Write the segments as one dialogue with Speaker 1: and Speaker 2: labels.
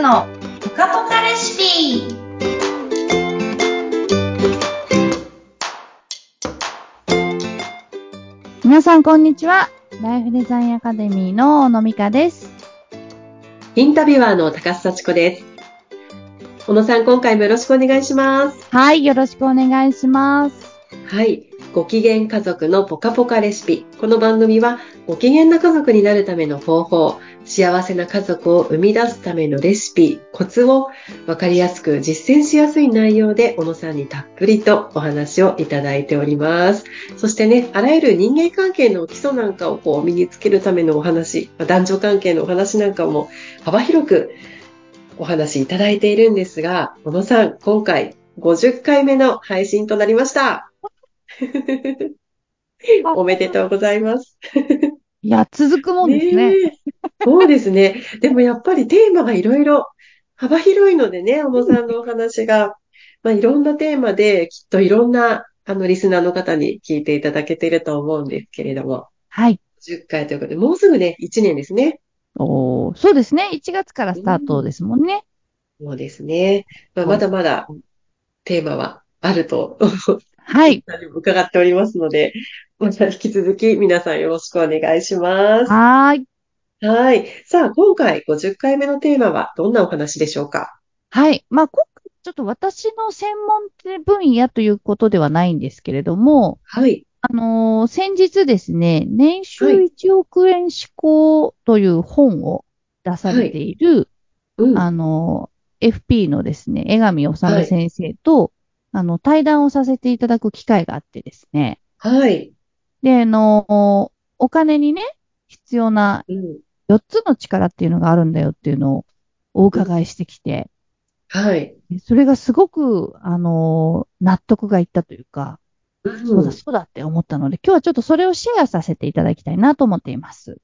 Speaker 1: のぽかぽかレシピ。
Speaker 2: 皆さん、こんにちは。ライフデザインアカデミーの小野美香です。
Speaker 3: インタビュアーの高須幸子です。小野さん、今回もよろしくお願いします。
Speaker 2: はい、よろしくお願いします。
Speaker 3: はい。ご機嫌家族のポカポカレシピ。この番組は、ご機嫌な家族になるための方法、幸せな家族を生み出すためのレシピ、コツを分かりやすく実践しやすい内容で、小野さんにたっぷりとお話をいただいております。そしてね、あらゆる人間関係の基礎なんかをこう身につけるためのお話、まあ男女関係のお話なんかも幅広くお話しいただいているんですが、小野さん、今回50回目の配信となりました。 おめでとうございます。
Speaker 2: いや、続くもんですね。
Speaker 3: えそうですね。でもやっぱりテーマがいろいろ幅広いのでね、小野さんのお話が、まあ、いろんなテーマできっといろんなあのリスナーの方に聞いていただけていると思うんですけれども、
Speaker 2: はい。
Speaker 3: 10回ということで、もうすぐね、1年ですね。
Speaker 2: おーそうですね。1月からスタートですもんね。
Speaker 3: そうですね。まあ、
Speaker 2: はい
Speaker 3: まだまだテーマはあると
Speaker 2: はい。
Speaker 3: 伺っておりますので、また引き続き皆さんよろしくお願いします。
Speaker 2: はーい。
Speaker 3: はい。さあ、今回50回目のテーマはどんなお話でしょうか
Speaker 2: はい。まあ、今回、ちょっと私の専門分野ということではないんですけれども、
Speaker 3: はい。
Speaker 2: あのー先日ですね、年収
Speaker 3: はい
Speaker 2: 1億円思考という本を出されている、
Speaker 3: うん。
Speaker 2: あの、FP のですね、江上治先生と、あの、対談をさせていただく機会があってですね。
Speaker 3: はい。
Speaker 2: で、あの、お金にね、必要な
Speaker 3: うん。
Speaker 2: 4つの力っていうのがあるんだよっていうのをお伺いしてきて、
Speaker 3: はい。
Speaker 2: それがすごく、あの、納得がいったというか、そうだ、
Speaker 3: ぜ
Speaker 2: そうだって思ったので、今日はちょっとそれをシェアさせていただきたいなと思っています。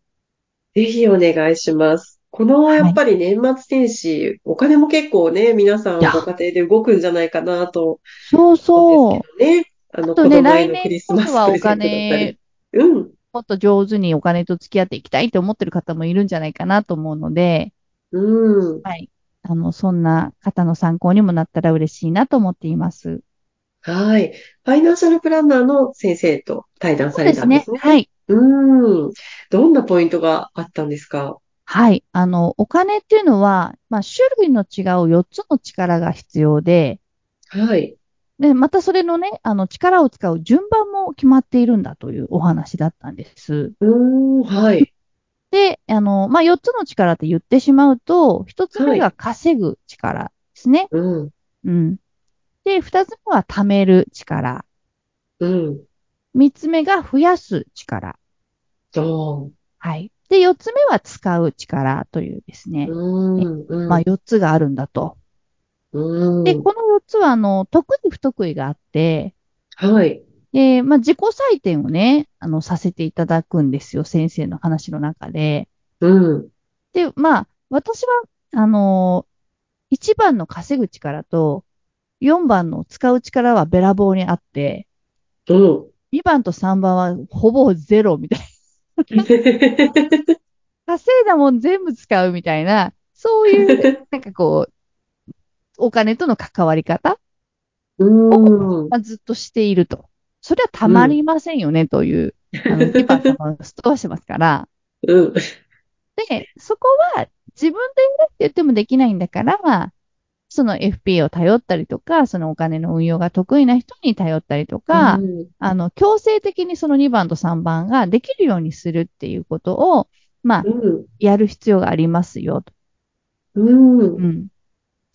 Speaker 3: ひお願いします。この、やっぱり年末年始、お金も結構ね、皆さん
Speaker 2: いや
Speaker 3: ご家庭で動くんじゃないかなと
Speaker 2: そう
Speaker 3: 思
Speaker 2: そ
Speaker 3: うん
Speaker 2: う。
Speaker 3: ですけどね。あの、
Speaker 2: あとね、
Speaker 3: 子供へ
Speaker 2: 来
Speaker 3: のク
Speaker 2: 年
Speaker 3: リス
Speaker 2: こ
Speaker 3: マ
Speaker 2: そ
Speaker 3: ス
Speaker 2: は
Speaker 3: プ
Speaker 2: お
Speaker 3: レゼントだった
Speaker 2: 金
Speaker 3: り。うん。
Speaker 2: もっと上手にお金と付き合っていきたいと思ってる方もいるんじゃないかなと思うので、
Speaker 3: うん。
Speaker 2: はい。あの、そんな方の参考にもなったら嬉しいなと思っています。
Speaker 3: はい。ファイナンシャルプランナーの先生と対談
Speaker 2: そ
Speaker 3: さ
Speaker 2: う
Speaker 3: れ
Speaker 2: で
Speaker 3: た
Speaker 2: す
Speaker 3: んで
Speaker 2: ね
Speaker 3: す。ね。
Speaker 2: はい。
Speaker 3: うーん。どんなポイントがあったんですか
Speaker 2: はい。あの、お金っていうのは、まあ、種類の違う4つの力が必要で、
Speaker 3: はい。
Speaker 2: で、またそれのね、あの、力を使う順番も決まっているんだというお話だったんです。
Speaker 3: うーん、はい。
Speaker 2: で、あの、まあ、4つの力って言ってしまうと、1つ目が稼ぐ力ですね。
Speaker 3: うん、
Speaker 2: うん。で、2つ目は貯める力。
Speaker 3: うん、
Speaker 2: 3つ目が増やす力。
Speaker 3: ど
Speaker 2: はい。で、四つ目は使う力というです
Speaker 3: ー
Speaker 2: ね。
Speaker 3: ん、うーん、
Speaker 2: まあ、四つがあるんだと。
Speaker 3: う
Speaker 2: で、
Speaker 3: ーん、
Speaker 2: この四つは、あの、得意不得意があって、
Speaker 3: はい。
Speaker 2: で、まあ、自己採点をね、あの、させていただくんですよ。先生の話の中で。
Speaker 3: うん、
Speaker 2: で、まあ、私は、あの、一番の稼ぐ力と、四番の使う力はべらぼうにあって、
Speaker 3: うん。
Speaker 2: 二番と三番はほぼゼロみたいな。稼いだもん全部使うみたいな、そういうなんかこう、お金との関わり方、
Speaker 3: うーん、
Speaker 2: まあ、ずっとしていると。それはたまりませんよね、という、あの、キーパー様がすっ飛ばしてますから。
Speaker 3: うん、
Speaker 2: で、そこは自分でやるって言ってもできないんだから、その FP を頼ったりとか、そのお金の運用が得意な人に頼ったりとか、
Speaker 3: うん、
Speaker 2: あの、強制的にその2番と3番ができるようにするっていうことを、まあ、
Speaker 3: うん、
Speaker 2: やる必要がありますよ、と。
Speaker 3: うん、
Speaker 2: うん。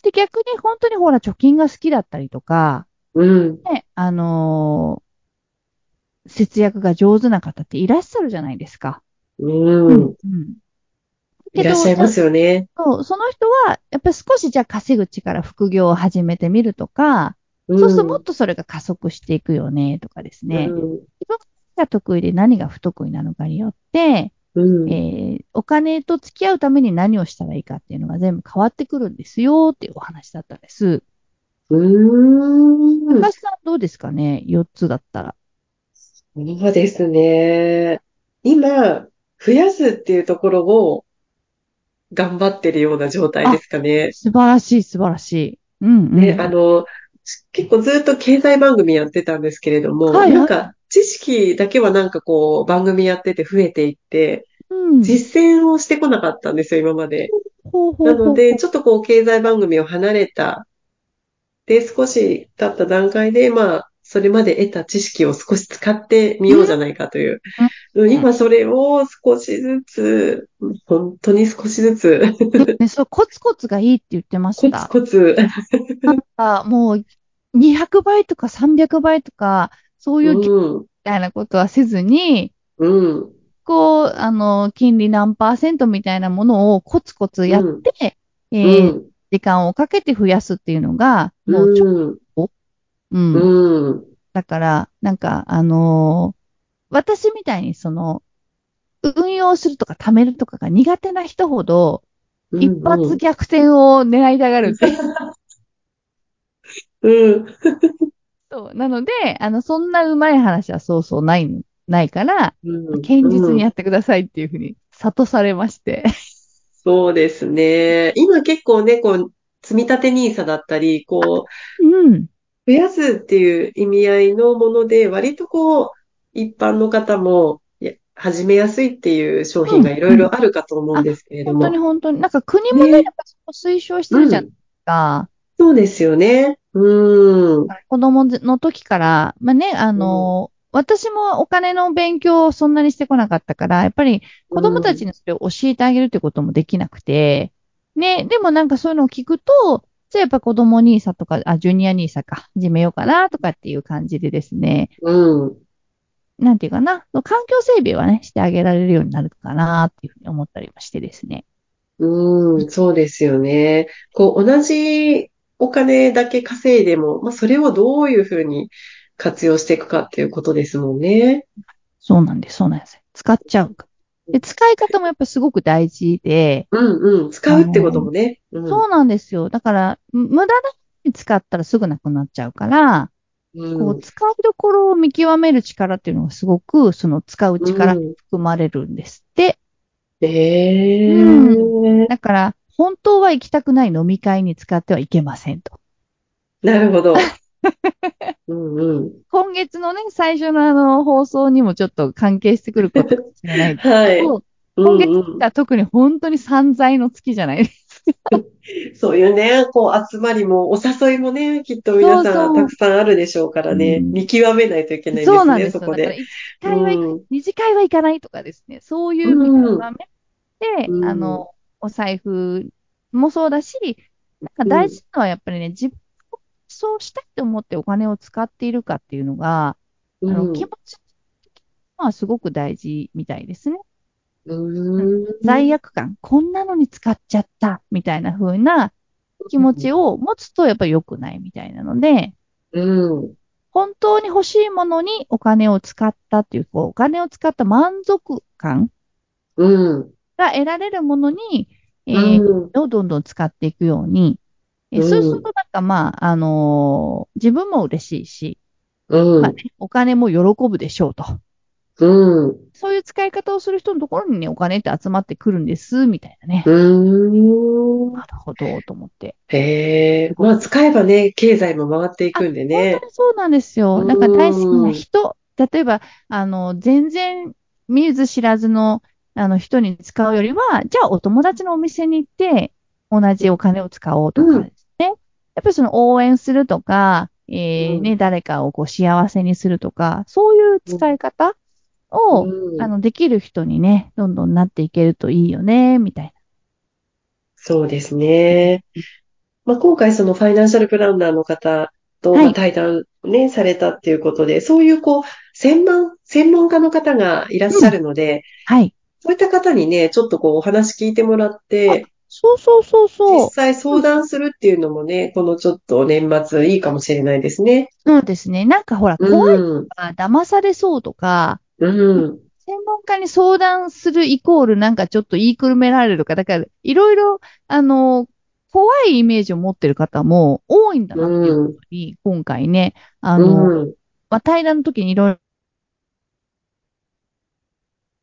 Speaker 2: で、逆に本当にほら、貯金が好きだったりとか、
Speaker 3: うん、
Speaker 2: ね、あのー節約が上手な方っていらっしゃるじゃないですか。
Speaker 3: うん。
Speaker 2: うん。
Speaker 3: いらっしゃいますよね。
Speaker 2: そうその人は、やっぱり少しじゃあ稼ぐ力、副業を始めてみるとか、そうするともっとそれが加速していくよね、とかです
Speaker 3: うん、
Speaker 2: ね。何が得意で何が不得意なのかによって、
Speaker 3: うん、うん、
Speaker 2: えーお金と付き合うために何をしたらいいかっていうのが全部変わってくるんですよ、っていうお話だったんです。
Speaker 3: うーん。
Speaker 2: 高橋さんどうですかね ?4 つだったら。
Speaker 3: そうですね。今、増やすっていうところを、頑張ってるような状態ですかね。
Speaker 2: 素晴らしい、素晴らしい。うん、うん。
Speaker 3: ね、あの、結構ずっと経済番組やってたんですけれども、
Speaker 2: はいはい
Speaker 3: なんか知識だけはなんかこう番組やってて増えていって、
Speaker 2: うん、
Speaker 3: 実践をしてこなかったんですよ、今まで。
Speaker 2: ほうほうほ
Speaker 3: な
Speaker 2: う
Speaker 3: ので、ちょっとこう経済番組を離れた、で、少し経った段階で、まあ、それまで得た知識を少し使ってみようじゃないかという。
Speaker 2: ん
Speaker 3: 今それを少しずつ、本当に少しずつ、
Speaker 2: ね、そう、コツコツがいいって言ってま
Speaker 3: コ
Speaker 2: し
Speaker 3: ツ
Speaker 2: た。
Speaker 3: コツ、
Speaker 2: なんか、もう、200倍とか300倍とか、そういうみ
Speaker 3: うん、
Speaker 2: たいなことはせずに、
Speaker 3: うん、
Speaker 2: こう、あの、金利何パーセントみたいなものをコツコツやって、えー
Speaker 3: うん、
Speaker 2: 時間をかけて増やすっていうのが、もうちょ、
Speaker 3: うん、
Speaker 2: うん。
Speaker 3: うん、
Speaker 2: だから、なんか、あのー私みたいにその、運用するとか貯めるとかが苦手な人ほど、
Speaker 3: うん
Speaker 2: 一発逆転を狙いたがるっていう
Speaker 3: うん、
Speaker 2: そう。なので、あの、そんなうまい話はそうそうない、ないから、
Speaker 3: うん
Speaker 2: 堅実にや
Speaker 3: う
Speaker 2: っ
Speaker 3: ん
Speaker 2: てくださいっていうふうに諭されまして。
Speaker 3: そうですね。今結構ね、こう、積み立て NISA だったり、こう、
Speaker 2: うん。
Speaker 3: 増やすっていう意味合いのもので、割とこう、一般の方もや始めやすいっていう商品がいろいろあるかと思うんですけれど
Speaker 2: 本当に
Speaker 3: も。
Speaker 2: 本当に。なんか国もね、やっぱそこ推奨してるじゃない
Speaker 3: うん
Speaker 2: ですか。
Speaker 3: そうですよね。うん。
Speaker 2: 子供の時から、まあね、あの、私もお金の勉強をそんなにしてこなかったから、やっぱり子供たちにそれを教えてあげるってこともできなくて、ね、でもなんかそういうのを聞くと、じゃあやっぱ子供ニーサとか、あ、ジュニアニーサか、始めようかなとかっていう感じでですね、
Speaker 3: うん。
Speaker 2: なんていうかな、環境整備はね、してあげられるようになるかなっていうふうに思ったりもしてですね。
Speaker 3: うん。そうですよね。こう、同じお金だけ稼いでも、まあ、それをどういうふうに活用していくかっていうことですもんね。
Speaker 2: そうなんです、そうなんです。使っちゃうか。で、使い方もやっぱすごく大事で、
Speaker 3: うんうん。使うってこともね。うん。
Speaker 2: そうなんですよ。だから、む無駄なように使ったらすぐなくなっちゃうから、
Speaker 3: うん
Speaker 2: こう、使いどころを見極める力っていうのがすごく、その使う力に含まれるんですって。
Speaker 3: ええ
Speaker 2: だから、本当は行きたくない飲み会に使ってはいけませんと。
Speaker 3: なる ほど。うんうん。
Speaker 2: 今月のね、最初のあの、放送にもちょっと関係してくることかもしれないけ
Speaker 3: はい。
Speaker 2: ど、
Speaker 3: うん
Speaker 2: 今月
Speaker 3: う
Speaker 2: が特に本当に散財の月じゃないです
Speaker 3: ん、そういうね、こう集まりも、お誘いもね、きっと皆さ
Speaker 2: そうそ
Speaker 3: ん
Speaker 2: う
Speaker 3: たくさんあるでしょうからね、
Speaker 2: うん
Speaker 3: 見極めないとい
Speaker 2: か。
Speaker 3: けないで
Speaker 2: そう
Speaker 3: す
Speaker 2: なん
Speaker 3: ね、
Speaker 2: です
Speaker 3: そ
Speaker 2: よ。
Speaker 3: こ
Speaker 2: だから一回は
Speaker 3: で。
Speaker 2: 行く、
Speaker 3: うん
Speaker 2: 二次会は行かないとかですね。そういう見極めで、
Speaker 3: うん
Speaker 2: あの、お財布もそうだし、なんか大事なのはやっぱりね、自分をそうしたいと思ってお金を使っているかっていうのが、あ
Speaker 3: う
Speaker 2: の
Speaker 3: ん
Speaker 2: 気持ち的にはすごく大事みたいですね。
Speaker 3: うん
Speaker 2: 罪悪感、こんなのに使っちゃったみたいな風な気持ちを持つとやっぱり良くないみたいなので、
Speaker 3: うん。
Speaker 2: 本当に欲しいものにお金を使ったっていう、こう、お金を使った満足感
Speaker 3: うん。
Speaker 2: が得られるものに、えー
Speaker 3: うん。
Speaker 2: をどんどん使っていくように、え
Speaker 3: うん
Speaker 2: そうするとなんかまあ、あのー自分も嬉しいし、
Speaker 3: う
Speaker 2: まあ
Speaker 3: ん。
Speaker 2: ねお金も喜ぶでしょうと。
Speaker 3: うん。
Speaker 2: そういう使い方をする人のところにね、お金って集まってくるんです、みたいなね。
Speaker 3: うん。
Speaker 2: なるほど、と思って。
Speaker 3: へえ。まあ、使えばね、経済も回っていくんでね
Speaker 2: 本。当にそうなんです
Speaker 3: う
Speaker 2: よ。
Speaker 3: ん
Speaker 2: なんか大好きな人、例えば、あの、全然見ず知らずの、あの人に使うよりは、じゃあお友達のお店に行って、同じお金を使おうとかですね。やっぱりその応援するとか、えー
Speaker 3: う
Speaker 2: ね、誰かをこう幸せにするとか、そういう使い方を、
Speaker 3: うん
Speaker 2: あの、できる人にね、どんどんなっていけるといいよね、みたい
Speaker 3: そうですね。まあ、今回そのファイナンシャルプランナーの方と
Speaker 2: はい
Speaker 3: まあ対談ね、されたっていうことで、そういうこう、専門、専門家の方がいらっしゃるので、
Speaker 2: な。はい。
Speaker 3: そういった方にね、ちょっとこうお話聞いてもらって、
Speaker 2: そうそうそうそう
Speaker 3: 実。際相談するっていうのもね、このちょっと年末いいかもしれないですね。
Speaker 2: そうですね。なんかほら、怖いと
Speaker 3: うん。
Speaker 2: か、騙されそうとか、
Speaker 3: うん。
Speaker 2: 専門家に相談するイコールなんかちょっと言いくるめられるか、だからいろいろ、あの、怖いイメージを持ってる方も多いんだなっていうふうに、今回ね、あの、
Speaker 3: うん。
Speaker 2: まあ、対談の時にいろいろ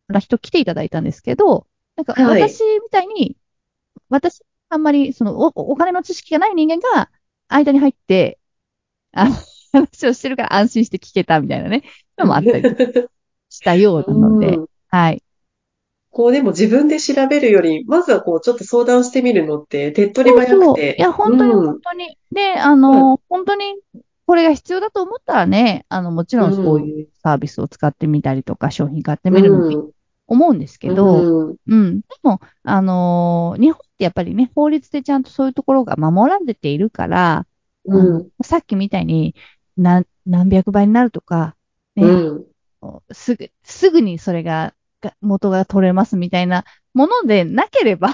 Speaker 2: な人来ていただいたんですけど、なんか
Speaker 3: はい
Speaker 2: 私みたいに、私、あんまり、そのお、お金の知識がない人間が、間に入って、あの、話をしてるから安心して聞けたみたいなね、のもあったりしたようなので、
Speaker 3: うん
Speaker 2: はい。
Speaker 3: こうでも自分で調べるより、まずはこうちょっと相談してみるのって手っ取り早
Speaker 2: そう
Speaker 3: く
Speaker 2: そうい
Speaker 3: て。
Speaker 2: や、本当に
Speaker 3: うん
Speaker 2: 本当に。で、あの、本当に、これが必要だと思ったらね、あの、もちろんそういうサービスを使ってみたりとか、商品買ってみるのもいいと
Speaker 3: うん
Speaker 2: 思うんですけど、
Speaker 3: うん
Speaker 2: うん。でも、あのー日本ってやっぱりね、法律でちゃんとそういうところが守られているから、
Speaker 3: うん
Speaker 2: さっきみたいに、何、何百倍になるとか、ね
Speaker 3: うん
Speaker 2: すぐ、すぐにそれが、が元が取れますみたいなものでなければ、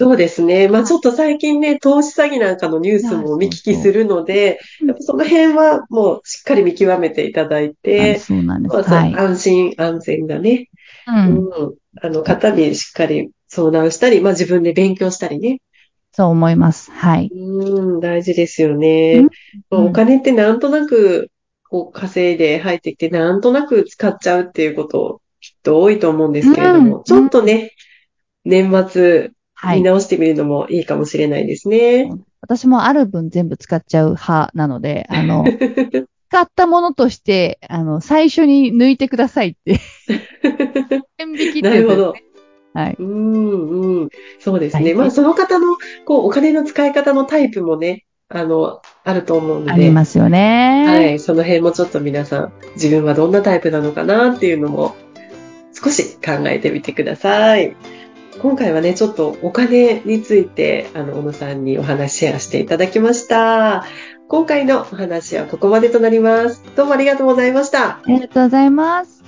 Speaker 3: そうですね。まあちょっと最近ね、投資詐欺なんかのニュースも見聞きするの で、
Speaker 2: うん
Speaker 3: やっぱその辺はもうしっかり見極めていただいて、
Speaker 2: そうなんです。
Speaker 3: そうそう
Speaker 2: はい。
Speaker 3: 安心安全がね、
Speaker 2: う。
Speaker 3: うんんあの、方にしっかり相談したり、まあ自分で勉強したりね。
Speaker 2: そう思います。はい。
Speaker 3: うん、大事ですよね。
Speaker 2: うんうん
Speaker 3: お金ってなんとなく、こう稼いで入ってきて、なんとなく使っちゃうっていうこと、きっと多いと思うんですけれども、
Speaker 2: うん
Speaker 3: ちょっとね、年末
Speaker 2: は
Speaker 3: 見
Speaker 2: い。
Speaker 3: 直してみるのもいいかもしれないですね。
Speaker 2: 私もある分全部使っちゃう派なので、あ の、使ったものとして、あの、最初に抜いてくださいっ て。線引きって
Speaker 3: な
Speaker 2: やつ
Speaker 3: るほど。
Speaker 2: はい。
Speaker 3: うん、うん。そうです
Speaker 2: は
Speaker 3: ね。
Speaker 2: い
Speaker 3: まあ、その方の、こう、お金の使い方のタイプもね、あの、あると思うの
Speaker 2: あり
Speaker 3: で、
Speaker 2: ますよね。
Speaker 3: はい。その辺もちょっと皆さん、自分はどんなタイプなのかなっていうのも、少し考えてみてください。今回はね、ちょっとお金について、あの、小野さんにお話シェアしていただきました。今回のお話はここまでとなります。どうもありがとうございました。
Speaker 2: ありがとうございます。